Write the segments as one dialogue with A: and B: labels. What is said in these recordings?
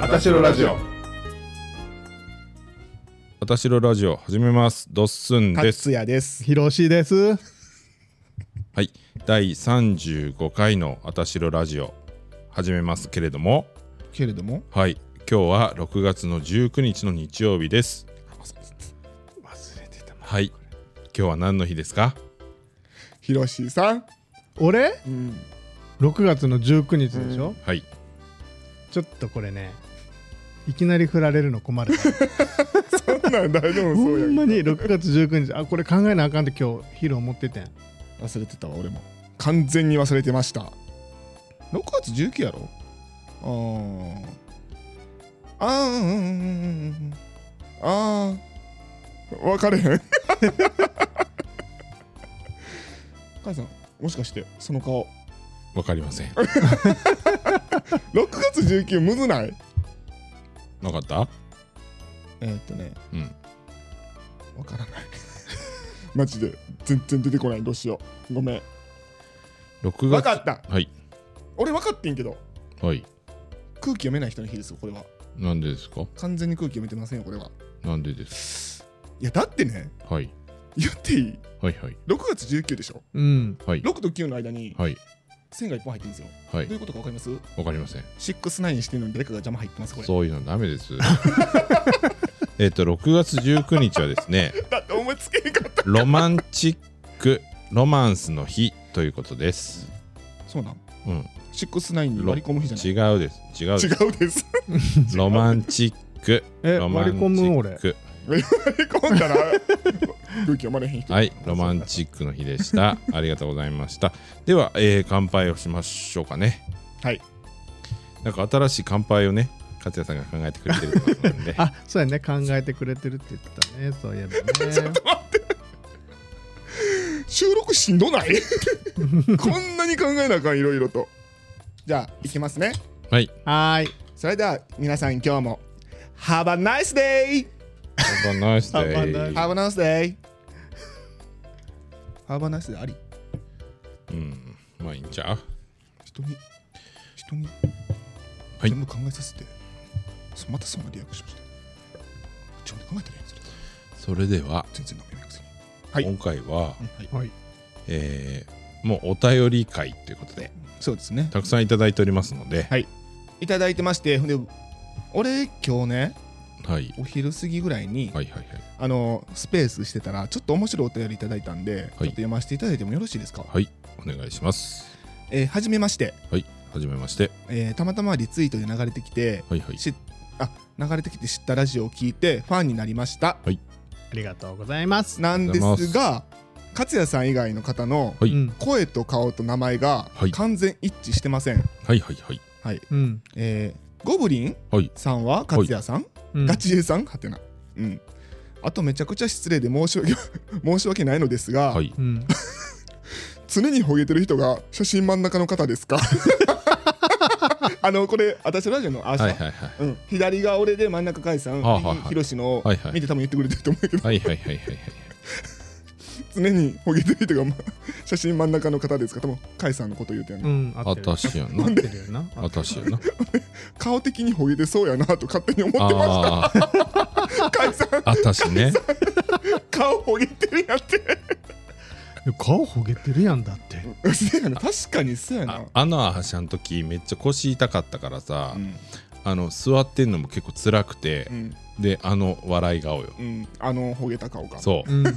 A: あたしろラジオ
B: あたしろラジオ始めますドッスンです
C: 達也です。
A: ひろしです
B: はい第35回のあたしろラジオ始めますけれども
C: けれども、
B: はい今日は6月の19日の日曜日です
A: 忘れてた
B: はい今日は何の日ですか
C: ひろしさん。
A: 俺
C: うん。
A: 6月の19日でしょ、
B: はい
A: ちょっとこれねいきなり振られるの困るから
C: そんなん大丈
A: ほ
C: 夫そうや
A: ん
C: ん
A: まに6月19日あこれ考えなあかんって今日ヒロ思っててん
C: 忘れてたわ、俺も。完全に忘れてました。6月19やろああ。ああ、うんうんうんうん。ああ。分かれへん。 母さん、もしかして、その顔。
B: わかりません
C: 6月19むずない
B: なかった
C: えーっとね、
B: うん
C: わからない。 マジで、全然出てこない。どうしよう。ごめん。
B: 6月
C: わかった
B: はい
C: 俺分かってんけど
B: はい
C: 空気読めない人の日ですよこれは
B: なんでですか
C: 完全に空気読めてませんよこれは
B: なんでです
C: いやだってね
B: はい
C: 言っていい
B: はいはい
C: 6月19でしょ
A: うん
B: はい
C: 6と9の間に
B: はい
C: 線が1本入ってるんですよ
B: は
C: どうい
B: いう
C: ことか分かります
B: わかりません
C: ?69 してるのに誰かが邪魔入ってますこれ
B: そういうのダメです えっと6月19日はですね
C: だって思いつけへんかった
B: ロマンチックロマンスの日ということです。
C: そうなん
B: うん、
C: 69に割り込む日じ
B: 違うです。違うで
C: ゃ
B: す。
C: ない違うです
B: ロマンチック。
A: え
B: ロマンチッ
A: 割り込
B: ク
A: む俺
C: 割り込んだら空気読まれへん人
B: はい、ロマンチックの日でした。ありがとうございました。では、えー乾杯をしましょうかね。
C: はい
B: なんか新しい乾杯をね、勝也さんが考えてくれてることなんで
A: 。あそうやね考えてくれてるって言ってたねそういえばね
C: 収録しんどないこんなに考えなあかんいろいろとじゃあいきますね
B: はい。
A: はーい
C: それでは皆さん今日も Have a nice day!
B: Have a nice
A: Have a nice-
B: day.
C: Have a nice day! Have a nice day あり
B: うん、まあいいんちゃう
C: 人に人に、
B: はい
C: 全部考えさせてそまたそんなリアクションして自分で考えてるやんそ
B: そ
C: れ
B: れでは、
C: 全然飲めないくせにはい
B: 今回は、
C: はい
A: はい
B: えーもうお便り会ということで、
C: そうですね
B: たくさんいただいておりますので、
C: いただいてましてほんで俺今日ね
B: はい。
C: お昼過ぎぐらいに、
B: はいはい
C: あのスペースしてたらちょっと面白いお便りいただいたんで、ちょっと読ませていただいてもよろしいですか、
B: はい。はい、お願いします。
C: えーはじめまして、
B: はい、はじめまして。
C: えーたまたまリツイートで流れてきて、
B: はいはい。
C: しあ流れてきて知ったラジオを聞いてファンになりました
A: ありがとうございます
C: なんですが勝也さん以外の方の
B: はい
A: うん
C: 声と顔と名前が
B: はい
C: 完全一致してません、
B: はいはいはい。
A: うん
C: えーゴブリン
B: はい
C: さんは勝也さん、
A: うん
C: ガチエさんはてなうんあとめちゃくちゃ失礼で申し訳 申し訳ないのですが、
B: はい。
A: うん
C: 常にほげてる人が写真真ん中の方ですか あのこれ私ラジオのあ、
B: はいはいはい。
C: うん、左が俺で真ん中海さん、
B: はあはあはあ
C: 右ヒロシの、
B: はいはい
C: 見て多分言ってくれてると思うけど
B: はいはいはいはいはい。
C: 常にほげてる人が、ま、写真真ん中の方ですか多分甲斐さんのこと言うてやん、
A: うん合
B: あ
A: ってる
B: たしやな
A: 合っ。てるよな
B: あたしやな。
C: 顔的にほげてそうやなと勝手に思ってまし
B: ああ、
C: た甲斐さん
B: あたし ね。
C: 顔ほげてるやんって
A: いや顔ほげてるやんだって
C: そうやな確かにそうやな
B: ああのあはしゃん時めっちゃ腰痛かったからさ、
C: うん
B: あの座ってんのも結構辛くて
C: う、ん、
B: であの笑い顔よ。
C: うん、あのほげた顔か
B: そう
A: う。ん
B: あ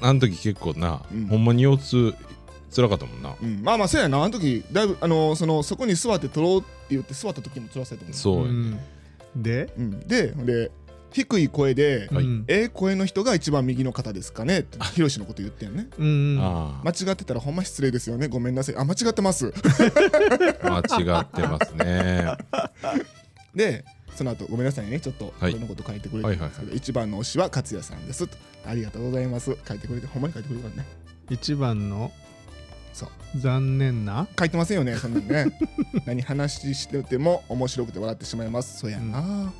B: あの時結構な、
C: うん
B: ほんまに腰痛辛かったもんな。
C: う、ん、まあまあそうやなあの時だいぶあのそのそこに座って撮ろうって言って座った時も撮らせても
B: そうやね。
A: うんで
C: う、うん、でほんで低い声で、
B: はい
A: うん
C: ええ声の人が一番右の方ですかねってヒロシのこと言ってんね
A: うん
B: あ
C: 間違ってたらほんま失礼ですよねごめんなさいあ間違ってます
B: あ、間違ってます ね。
C: でその後ごめんなさいねちょっと
B: はい
C: 俺のこと書いてくれてるんですけ
B: はいはい
C: ど、
B: は
C: 一番の推しは勝也さんですとありがとうございます書いてくれてほんまに書いてくれてるからね
A: 一番の
C: そう
A: 残念な
C: 書いてませんよねそんなのね 何話してても面白くて笑ってしまいますそうやな、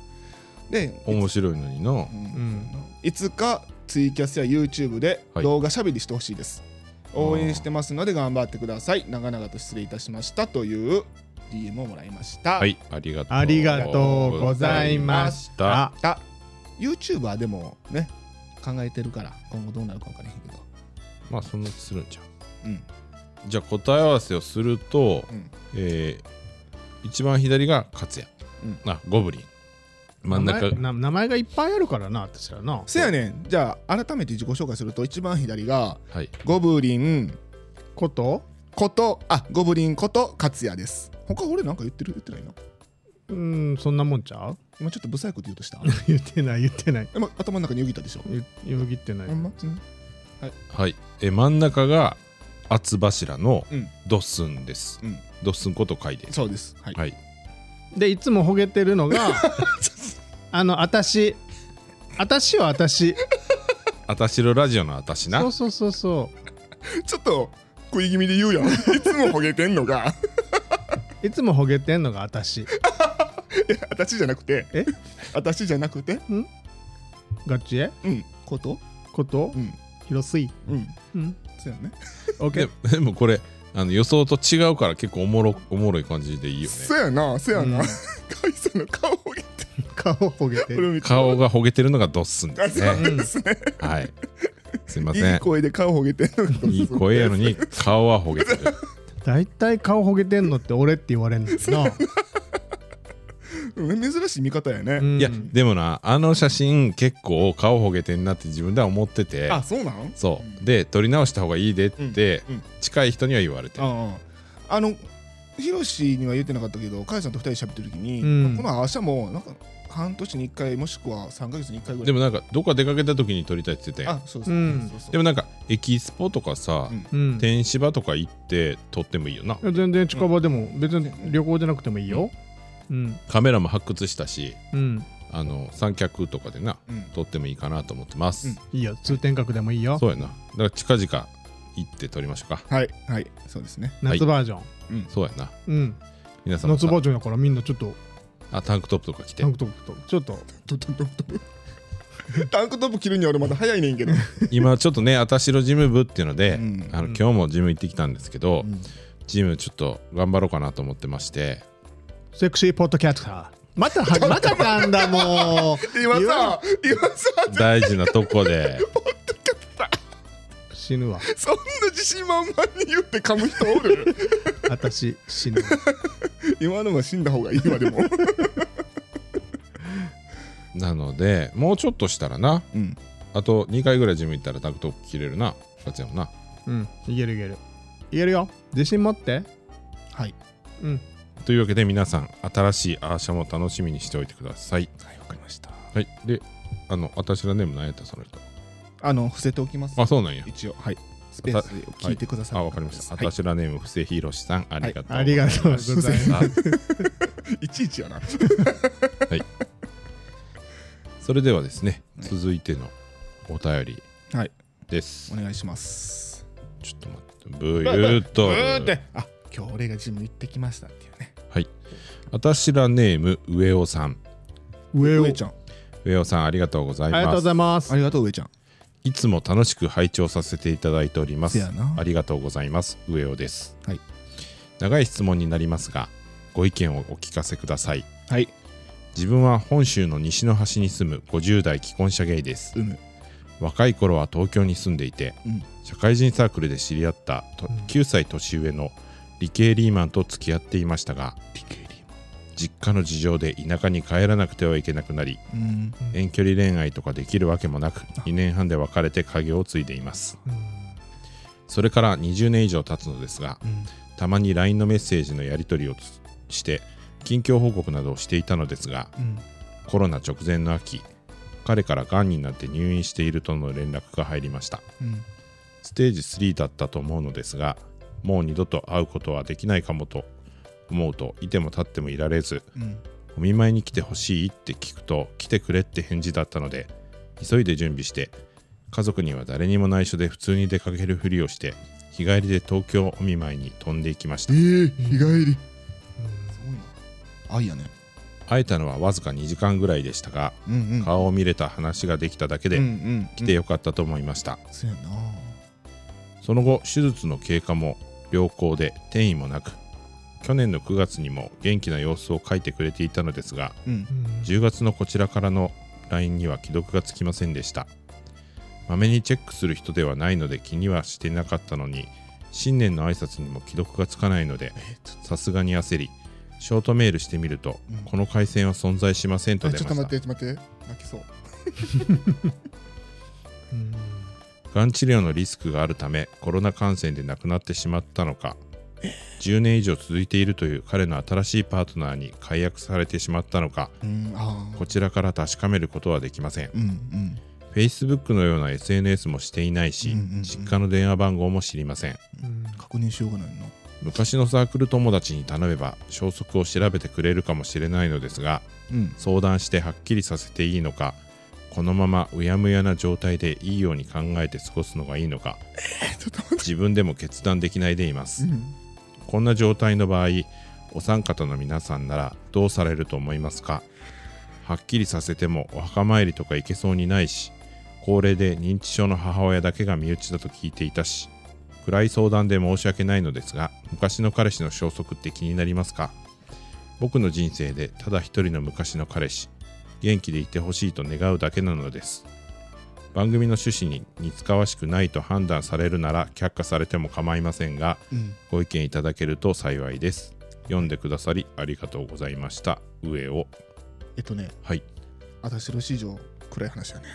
C: で
B: 面白いのにの
C: う。ん
A: ん
C: いつかツイキャスや YouTube で
B: はい
C: 動画しゃべりしてほしいです、応援してますので頑張ってください長々と失礼いたしましたという DM をもらいました、
B: はい、ありがとう。
A: ありがとうございました。
C: あ YouTube はでもね考えてるから今後どうなるか分からへんけど
B: まあ、そんな気するんじゃ
C: うん
B: ん。じゃあ、答え合わせをすると、
C: うん
B: えー一番左が勝也、
C: うん
B: あ、ゴブリン。真ん中
A: 名前、な名前がいっぱいあるからな、私らな。
C: せやねんじゃあ改めて自己紹介すると一番左が
B: はい。
C: ゴブリン
A: こと
C: ことあゴブリンこと勝也です他俺なんか言ってる言ってないな
A: うん、そんなもんちゃう
C: 今ちょっとブサイクで言うとした
A: 言ってない、言ってない。
C: 今頭の中によぎったでしょ
A: ゆよぎってない
C: ほ。んま
B: はい。えー真ん中が、厚柱の
C: うん
B: ドッスンです。
C: うん
B: ドッスンこと書いて。
C: そうですはい
B: はい。
A: で、いつもほげてるのが、あの、あたし。あたしはあたし。
B: あたしろラジオのあたし
A: そう
B: な。
A: そうそうそう。
C: ちょっと食い気味で言 うやんいつもほげてんのが
A: いつもほげてんのがあたし。
C: 私じゃなくて
A: え
C: 私じゃなくて
A: ガチエ
C: うんこと
A: こと
C: うん
A: 広すい。
C: うん
A: うん。
C: そうやね
A: オッケ
B: で
A: ー。
B: でもこれ、あの予想と違うから結構おもろおもろい感じでいいよね。
C: そうやなそうやな、
A: う
C: カ
A: ん
C: イさんの顔ほげて
A: 顔ほげてる。
C: るみたい
B: 顔がほげてるのがドッスン
C: なあ
B: で
C: そ
B: す
C: う
B: ね。
C: ですね
B: はい。すいませ
C: いい
B: ん。
C: 声で顔ほげてんのが
B: いい声やのに顔はほげてる。
A: 大体顔ほげてんのって俺って言われんの よ
C: うん珍しい見方やね、
A: な。うん
B: いや、でもな、あの写真結構顔ほげてんなって自分では思ってて、
C: あそうなん
B: そう。で、撮り直した方がいいでって
C: うんうん、
B: 近い人には言われてる。
C: あああのヒロシには言ってなかったけどカイさんと二人で喋ってる時に、
A: うん
C: この明日もなんか半年に一回もしくは三ヶ月に一回ぐらい
B: でもなんか、どっか出かけた時に撮りたいって言ってたやん
C: あそうそううんそうそう
B: でもなんか、エキスポとかさ
C: うん、
A: うん。い
B: 天芝とか行って撮ってもいいよな。
A: や全然近場でも別に旅行じゃなくてもいいよ。うん。
B: カメラも発掘したし、
A: うん。
B: あの、三脚とかでな、
C: うん
B: 撮ってもいいかなと思ってます。
C: うん
A: いいよ。通天閣でもいいよ
B: そう。やな。だから近々行って撮りましょうか。
C: はいはいそうですね
A: 夏バージョン。
B: そうやな。
A: うん。
B: 皆さんも
A: 夏
B: さ
A: バージョンだからみんなちょっと
B: あタンクトップとか着て
A: タンクトップとちょっと
C: トトトトタンクトップ着るには俺まだ早いねんけど、
B: 今ちょっとねあたしろジム部っていうので、
C: うん
B: あの今日もジム行ってきたんですけど、ジムちょっと頑張ろうかなと思ってまして
A: セクシーポッドキャスター。または、またなんだもう。
C: 今
A: 言わ
C: さ今さ
B: 大事なとこで
A: ん 死ぬわ。
C: そんな自信満々に言って噛む人お る
A: 私死ぬわ。
C: 今のは死んだ方がいいわ でも、
B: なのでもうちょっとしたらな
C: うん、
B: あと2回ぐらいジム行ったらタンクトップ着れるな勝也もな
A: うん。いけるいける。いけるよ。自信持って。
C: はい
A: うん。
B: というわけで皆さん新しいアーシャも楽しみにしておいてください
C: はいわかりました
B: はいであのあたしろネーム何やったその人
C: あの伏せておきます
B: あそうなんや
C: 一応はいスペースを聞いてください
B: あわかりましたあ
C: はい
B: たしらネーム布施宏さんありがとうございます、
A: ありがとうございます。
C: いちいちやな。
B: それではですね、
C: はい
B: 続いてのお便り
C: はい、
B: です
C: お。願いします。
B: ちょっと待って、ブーっと。
C: うーって、あ、今日俺がジム行ってきましたっていうね。
B: はい。あたしらネーム、上尾さん。
A: 上を。
C: 上ちゃん、
B: 上尾さん、ありがとうござ
A: あ
B: い
A: りがとう
B: ま
A: ご
B: す。
A: ざいます
C: あ。りがとう上ちゃん。
B: いつも楽しく拝聴させていただいておりま
C: せ
B: す
C: やな。
B: ありがとうございます。上尾です。
C: はい。
B: 長い質問になりますが、ご意見をお聞かせください。
C: はい、
B: 自分は本州の西の端に住む50代既婚者ゲイです。
C: うむ。
B: 若い頃は東京に住んでいて、
C: うん
B: 社会人サークルで知り合ったと
A: うん
B: 9歳年上の理系リーマンと付き合っていましたが
C: リケリ
B: 実家の事情で田舎に帰らなくてはいけなくなり
C: うん。
A: うん
B: 遠距離恋愛とかできるわけもなく2年半で別れて家業を継いでいますそれから20年以上経つのですが
C: うん。
B: たまに LINE のメッセージのやり取りをつして近況報告などをしていたのですが
C: うん。
B: コロナ直前の秋彼からがんになって入院しているとの連絡が入りました
C: うん。
B: ステージ3だったと思うのですがもう二度と会うことはできないかもと思うといても立ってもいられず
C: うん。
B: お見舞いに来てほしいって聞くと来てくれって返事だったので急いで準備して家族には誰にも内緒で普通に出かけるふりをして日帰りで東京お見舞いに飛んでいきまし
C: え
B: た
C: え、日帰り。すごいな。愛やね。
B: 会えたのはわずか2時間ぐらいでしたが
C: うんうん。
B: 顔を見れた話ができただけ
C: うん
B: で
C: うん。
B: 来て。よかったと思いました
C: そうやな。
B: その後手術の経過も良好で転移もなく去年の9月にも元気な様子を書いてくれていたのですが
C: うん
A: うん
B: 10月のこちらからの LINE には既読がつきませんでしたまめにチェックする人ではないので気にはしていなかったのに新年の挨拶にも既読がつかないのでさすがに焦りショートメールしてみると、
C: うん
B: この回線は存在しませんと
C: え
B: 出
C: ちょっ
B: まし
C: と待ったてちょっと待って泣きそう
A: うん
B: がん治療のリスクがあるためコロナ感染で亡くなってしまったのか10年以上続いているという彼の新しいパートナーに解約されてしまったのか
C: うんああ
B: こちらから確かめることはできません
C: うんうん、
B: Facebook のような SNS もしていないし、
C: うんうんうん
B: 実家の電話番号も知りません
A: うん
C: 確認しようがないな
B: 昔のサークル友達に頼めば消息を調べてくれるかもしれないのですが
C: うん
B: 相談してはっきりさせていいのかこのままうやむやな状態でいいように考えて過ごすのがいいのか
C: えちょっと待っ
B: 自分でも決断できないでいま
C: て
B: す
C: うん
B: こんな状態の場合お三方の皆さんならどうされると思いますかはっきりさせてもお墓参りとか行けそうにないし高齢で認知症の母親だけが身内だと聞いていたし暗い相談で申し訳ないのですが昔の彼氏の消息って気になりますか僕の人生でただ一人の昔の彼氏元気でいてほしいと願うだけなのです番組の趣旨に似つかわしくないと判断されるなら却下されても構いませんが
C: うん
B: ご意見いただけると幸いです。読んでくださりありがとうございました。上を。
C: えっとね
B: はい。
C: 私の史上暗い話だね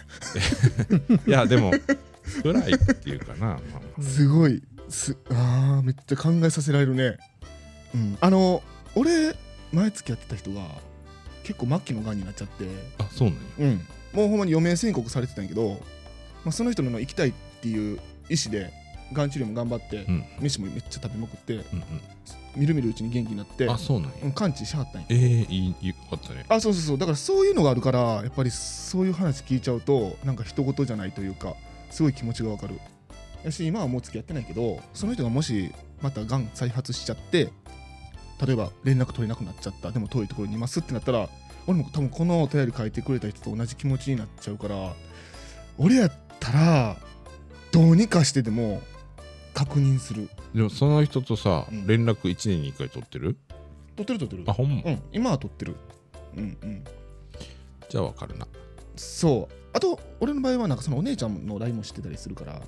B: いや、でも、ぐらいっていうかな。まあまあ
C: すごいすあーめっちゃ考えさせられるねうんあの俺前付き合ってた人が結構末期のがんになっちゃって
B: あ、そうなんや。
C: うんもうほんまに余命宣告されてたんやけど、まあ、その人の行きたいっていう意思でがん治療も頑張って、
B: うん。
C: 飯もめっちゃ食べまくって
B: うん
C: みるみるうちに元気になって
B: うん。あ、そうなんや。
C: うん完治しはったんや
B: ええいい、よかったね。
C: あそうそうそうだからそういうのがあるからやっぱりそういう話聞いちゃうとなんか人事じゃないというかすごい気持ちがわかるやし今はもう付き合ってないけどその人がもしまたがん再発しちゃって例えば連絡取れなくなっちゃったでも遠いところにいますってなったら俺も多分このお便り書いてくれた人と同じ気持ちになっちゃうから俺やったらどうにかしてでも確認する
B: でも、その人とさ、
C: うん
B: 連絡1年に1回取ってる
C: 取ってる取ってる
B: あ、ほんま。
C: うん今は取ってるうんうん
B: じゃあわかるな。
C: そうあと俺の場合はなんかそのお姉ちゃんの LINE も知ってたりするから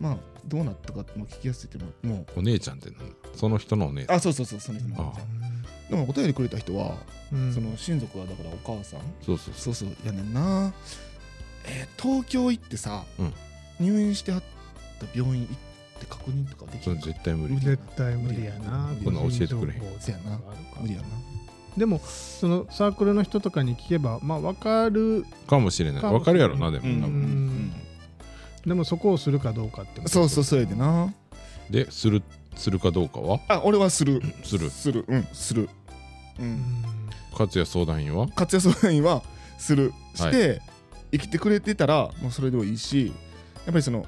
C: まあどうなったかも聞きやすいっていうのももう
B: お姉ちゃんってなんだその人のお姉ちゃん。
C: あそうそうそうその人のお姉ちゃんでもお便りくれた人は、
A: うん
C: その親族はだからお母さん
B: そうそうそ
C: そうそうやねんなえー東京行ってさ、
B: うん
C: 入院してはった病院行って確認とかで
B: う。
C: き
B: それ
C: るか
B: 絶対無理。
A: 絶対無理やな
C: 無
B: や
C: 理
B: なこんなん教えてくれへん
A: 個人情報
C: そうやな
A: とかあるから
C: 無理やな
A: でもそのサークルの人とかに聞けばまあ分かる
B: かもしれない。
A: かも
B: わかるやろな、で
C: うん
B: も多
C: う
B: 分。
C: ん
A: でもそこをするかどうかって
C: う
A: こ
C: ん
A: と
C: そうそうそうやでな
B: で、する、するかどうかは
C: あ俺はする
B: する。
C: するうんするう
A: うんん
B: 勝也相談員は
C: 活躍相談員はする
B: はい
C: して、生きてくれてたらもうそれでもいいしやっぱりその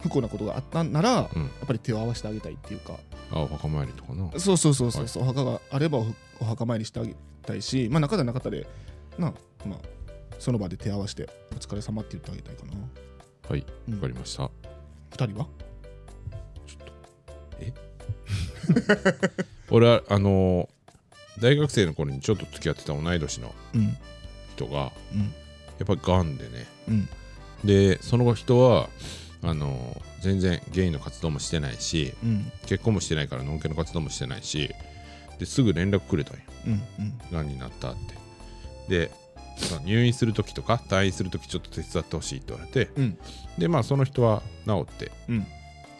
C: 不幸なことがあったなら、
B: うん
C: やっぱり手を合わせてあげたいっていうか
B: あ、お墓参りとかな。
C: そうそうそうそうそう、お墓があればおお墓参りしてあげたいしまあ中ではなかったでなまあその場で手を合わせてお疲れ様って言ってあげたいかな、
B: はい、
C: うん、
B: わかりました。
C: 2人は
B: 俺はあのー大学生の頃にちょっと付き合ってた同い年の
C: うん
B: 人が
C: うん
B: やっぱりがんでね
C: うん
B: でその後人はあのー全然ゲイの活動もしてないし
C: うん
B: 結婚もしてないからノンケの活動もしてないしですぐ連絡くれたんよ
C: うんうん
B: がんになったってでその入院する時とか退院する時ちょっと手伝ってほしいって言われて
C: うん
B: でまあその人は治って
C: うん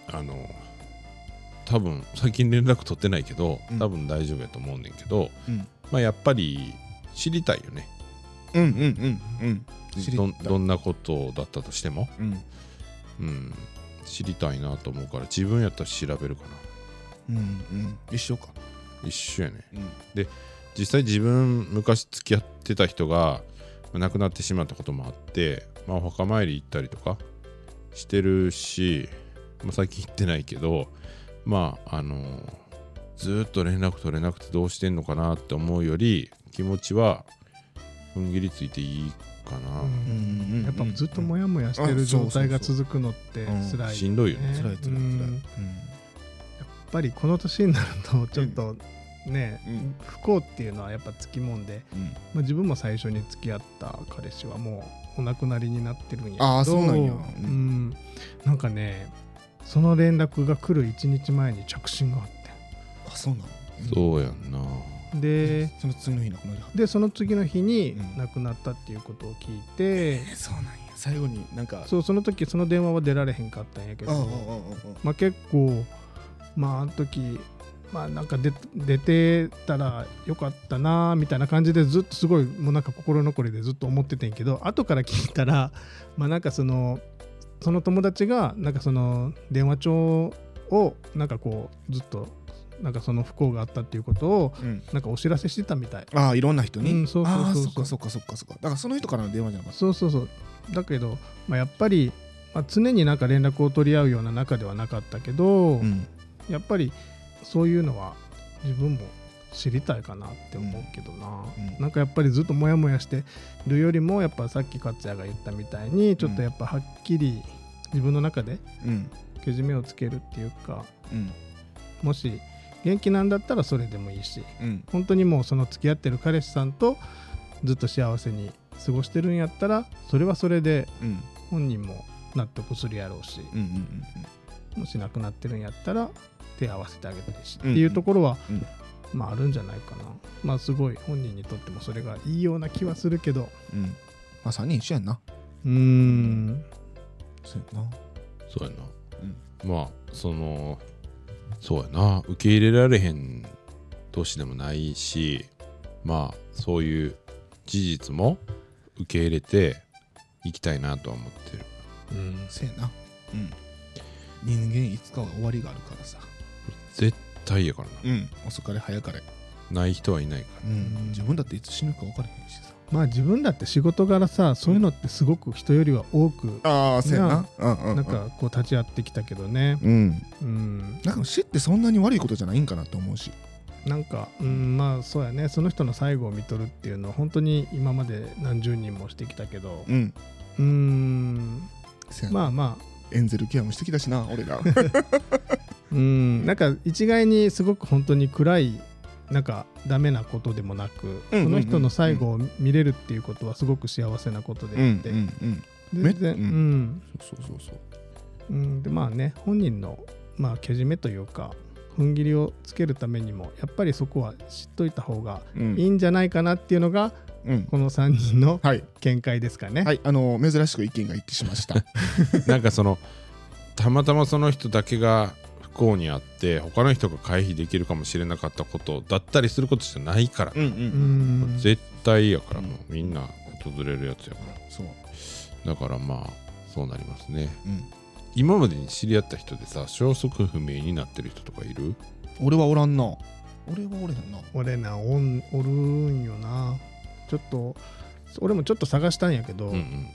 B: あのー多分最近連絡取ってないけど
C: うん
B: 多分大丈夫やと思うねんけど、
C: うん
B: まあやっぱり知りたいよね
C: うんうんうんうん知りた
B: ど
C: い
B: んどんなことだったとしても、
C: うん
B: うん、知りたいなと思うから自分やったら調べるか
C: うんうん一緒か
B: な一緒やね
C: うん
B: 実際自分昔付き合ってた人がまあ亡くなってしまったこともあって、まあ、お墓参り行ったりとかしてるし、まあ、最近行ってないけどまああのずーっと連絡取れなくてどうしてんのかなって思うより気持ちは踏ん切りついていいかな、
A: うん
C: や
A: やっぱずっとモヤモヤしてる状態が続くのって辛い
B: しんどいよね
A: ね
C: 辛い辛い辛い、
A: うんやっぱりこの年になるとちょっとね、
C: うん
A: 不幸っていうのはやっぱつきもんで、
C: うん
A: まあ、自分も最初に付き合った彼氏はもうお亡くなりになってるんやけど
C: あーそうなんや
A: う
C: うん
A: んなんかねその連絡が来る1日前に着信があっ
C: あそうなの
B: そうやんな
A: てで
C: その次の日亡くなりはっ
A: でその次の日に
C: うん
A: 亡くなったっていうことを聞いて、
C: えそうなんや最後になんか
A: そうその時その電話は出られへんかったんやけ
C: あ
A: ど
C: ああああ
A: まあ、結構まああの時まあなんか出出てたらよかったなみたいな感じでずっとすごいもうなんか心残りでずっと思っててんけど後から聞いたらまあなんかそのその友達がなんかその電話帳をなんかこうずっとなんかその不幸があったっていうことを
C: あうん
A: なんかお知らせしてたみたい
C: ああいろんな人に、
A: うんそうそうそうそう
C: ああそっかそっかそっかそっかだからその人からの電話じゃなかっ
A: そうそうそうだけど、まあ、やっぱり、まあ、常になんか連絡を取り合うような仲ではなかったけど、
C: た、うん、
A: やっぱりそういうのは自分も知りたいかなって思うけどな、
C: うんうん
A: なんかやっぱりずっとモヤモヤしてるよりもやっぱさっき勝也が言ったみたいにちょっとやっぱはっきり自分の中で
C: うん
A: けじめをつけるっていうか
C: うん
A: もし元気なんだったらそれでもいいし
C: うん
A: 本当にもうその付き合ってる彼氏さんとずっと幸せに過ごしてるんやったらそれはそれで
C: うん
A: 本人も納得するやろうし
C: うんうんうん
A: もし亡くなってるんやったら手合わせてあげたりし、
C: うんうん
A: っていうところは、
C: うん
A: まああるんじゃないかなまあすごい本人にとってもそれがいいような気はするけど
C: うんうんまあ3人一緒やんな
A: うーん
C: そうやんな
B: そうやな、まあそのそうやな受け入れられへん年でもないしまあそういう事実も受け入れていきたいなとは思ってる
A: うん
C: そうやなうん人間いつかは終わりがあるからさ
B: 絶対やからな、
C: うん遅かれ早かれ
B: ない人はいないから
C: うん自分だっていつ死ぬか分からへんしさ
A: まあ自分だって仕事柄さそういうのってすごく人よりは多く
C: ああそうやなうんうんうん
A: なんかこう立ち会ってきたけどね
C: うん
A: うん
C: なんか死ってそんなに悪いことじゃないんかなと思うし
A: なんかうんまあそうやねその人の最後を見とるっていうのは本当に今まで何十人もしてきたけど
C: うん
A: うーん
C: せやな
A: まあまあ
C: エンゼルケアもしてきたしな俺 ら
A: うん、なんか一概にすごく本当に暗いなんかダメなことでもなく、
C: うんうんうん
A: その人の最後を見れるっていうことはすごく幸せなことであって、
C: うん
A: 全然、う
C: めうん
A: ん
C: そうそうそう
A: うんでまあね本人の、まあ、けじめというか踏ん切りをつけるためにもやっぱりそこは知っといた方が
C: そううん
A: いいんじゃないかなっていうのが
C: うん
A: この3人の
C: はい
A: 見解ですかね。
C: はいあの珍しく意見が一致しました
B: なんかそのたまたまその人だけが不幸にあって他の人が回避できるかもしれなかったことだったりすることじゃないから、
C: うんう
A: うんん
B: 絶対やからもうみんな訪れるやつやから
C: そう
B: だからまあそうなりますね
C: うん
B: 今までに知り合った人でさ消息不明になってる人とかいる
C: 俺はおらんな俺はおれへんな
A: 俺なおんおるんよなちょっと俺もちょっと探したんやけど、
B: うんうん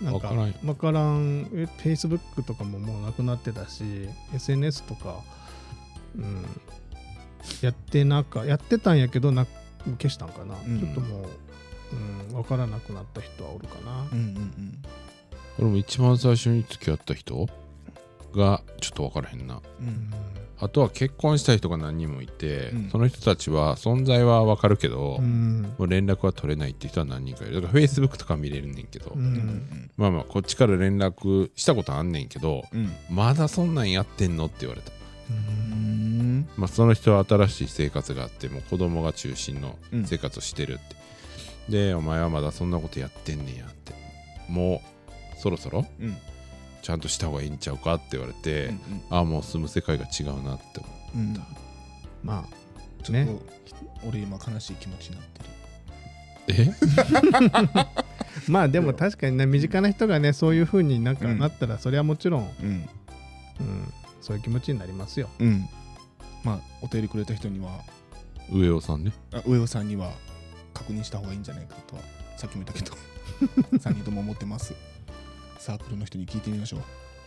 A: なんか
B: わからんよ
A: 分からんえ Facebook とかももうなくなってたし SNS とか、うん、やってなかやってたんやけどな消したんかな、
C: うん
A: ちょっともう、うん、分からなくなった人はおるかな、
C: うんうん
B: 俺も一番最初に付き合った人がちょっと分からへんな
C: うん
A: う
C: う
A: ん
C: ん
B: あとは結婚した人が何人もいて、
C: うん
B: その人たちは存在は分かるけど、
A: うん
B: もう連絡は取れないって人は何人かいるだから Facebook とか見れるねんけど、
A: うん
B: まあまあこっちから連絡したことあんねんけど
C: うんうん
B: まだそんなんやってんのって言われた、
C: うん
B: まあ、その人は新しい生活があってもう子供が中心の生活をしてるって、でお前はまだそんなことやってんねんやってもうそろそろ
C: うん
B: ちゃんとした方がいいんちゃうかって言われて、
C: うん
B: ああもう住む世界が違うなって思う
C: うん
A: ま
C: ちょっと、
A: ね
C: 俺今悲しい気持ちになっ
B: え
C: てる
A: あまあでも確かにね身近な人がねそういう風になんか
C: うん
A: なったら、それはもちろん、
C: うん
A: うん、そういう気持ちになりますよ
C: うんまあお便りくれた人には
B: 上尾さんね
C: あ上尾さんには確認した方がいいんじゃないかとはさっきも言ったけど 3人とも思ってますサークルの人に聞いてみましょ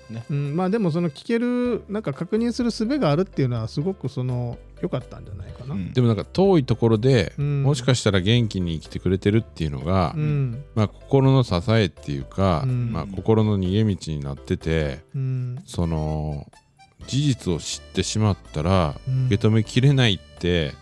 C: う
A: うん、まあでもその聞けるなんか確認する術があるっていうのはすごくその良かったんじゃないかな。
C: うん
B: でもなんか遠いところで、
A: うん
B: もしかしたら元気に生きてくれてるっていうのが、
A: うん
B: まあ、心の支えっていうか、
A: うん
B: まあ、心の逃げ道になってて
A: うん
B: その事実を知ってしまったら
A: うん
B: 受け止めきれないって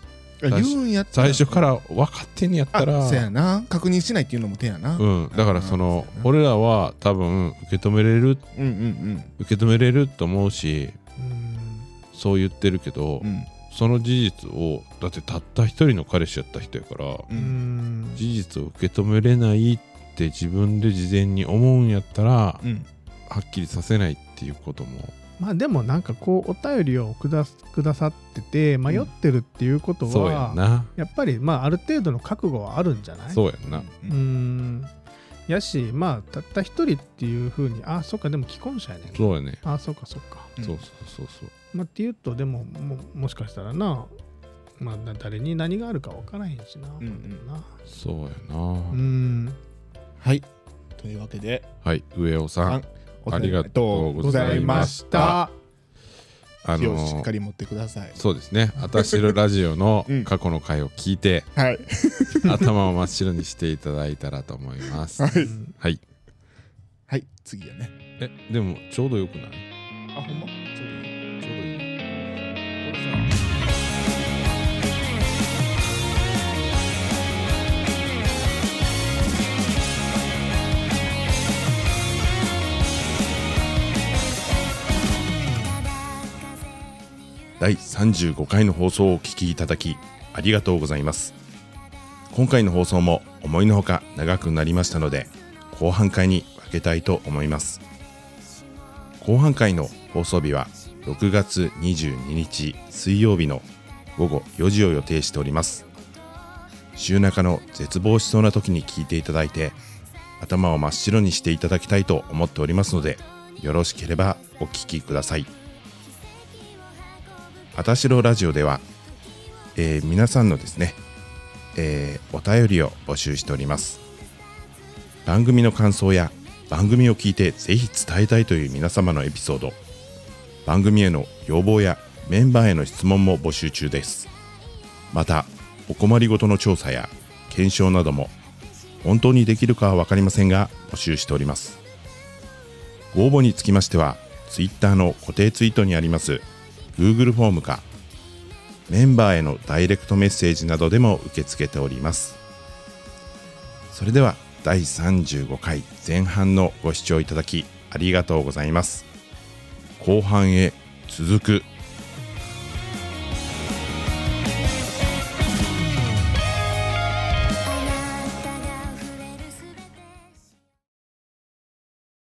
C: いや言うんやった
B: 最初から分かってんやったら
C: あそうやな確認しないっていうのも手やな、
B: うん、だからその
C: うん
B: 俺らは多分受け止めれる
C: うんうん
B: 受け止めれると思うし
A: うん
B: そう言ってるけど、
C: うんうん
B: その事実をだってたった一人の彼氏やった人やから
C: う
A: うんん
B: 事実を受け止めれないって自分で事前に思うんやったらは
C: うん
B: っきりさせないっていうことも
A: まあでもなんかこうお便りをくだすくださってて迷ってるっていうこと
B: そうや
A: は、
B: んな
A: やっぱりまあある程度の覚悟はあるんじゃない
B: そうやんな
A: うーんやしまあたった一人っていうふうにあそっかでも既婚者やねん
B: そうやね
A: あそっかそっか、
C: うん
B: そうそうそうそう
A: まあ、っていうとでもももしかしたらな、まあ、な誰に何があるか分からへんしな,、
C: うんうん
A: な
B: そうや
A: う
B: な、
A: ん
C: はいというわけで
B: はい上尾さ
C: あ
B: んありがとうございましたあ
C: お便りをしっ
B: の
C: かり持ってください
B: そうですね「あたしろラジオ」の
C: うん
B: 過去の回を聞いて、
C: はい
B: 頭を真っ白にしていただいたらと思います
C: は
A: う
C: い
A: ん
B: はい
C: はい次やね
B: えでもちょうどよくない
C: あほんまちょうどいい
B: ちょうどいい第35回の放送をお聞きいただきありがとうございます今回の放送も思いのほか長くなりましたので後半回に分けたいと思います後半回の放送日は6月22日水曜日の午後4時を予定しております週中の絶望しそうな時に聞いていただいて頭を真っ白にしていただきたいと思っておりますのでよろしければお聞きくださいあたしろラジオでは、えー皆さんのですね、えーお便りを募集しております番組の感想や番組を聞いてぜひ伝えたいという皆様のエピソード番組への要望やメンバーへの質問も募集中ですまたお困りごとの調査や検証なども本当にできるかは分かりませんが募集しておりますご応募につきましては Twitter の固定ツイートにあります Google フォームかメンバーへのダイレクトメッセージなどでも受け付けておりますそれでは第35回前半のご視聴いただきありがとうございます後半へ続く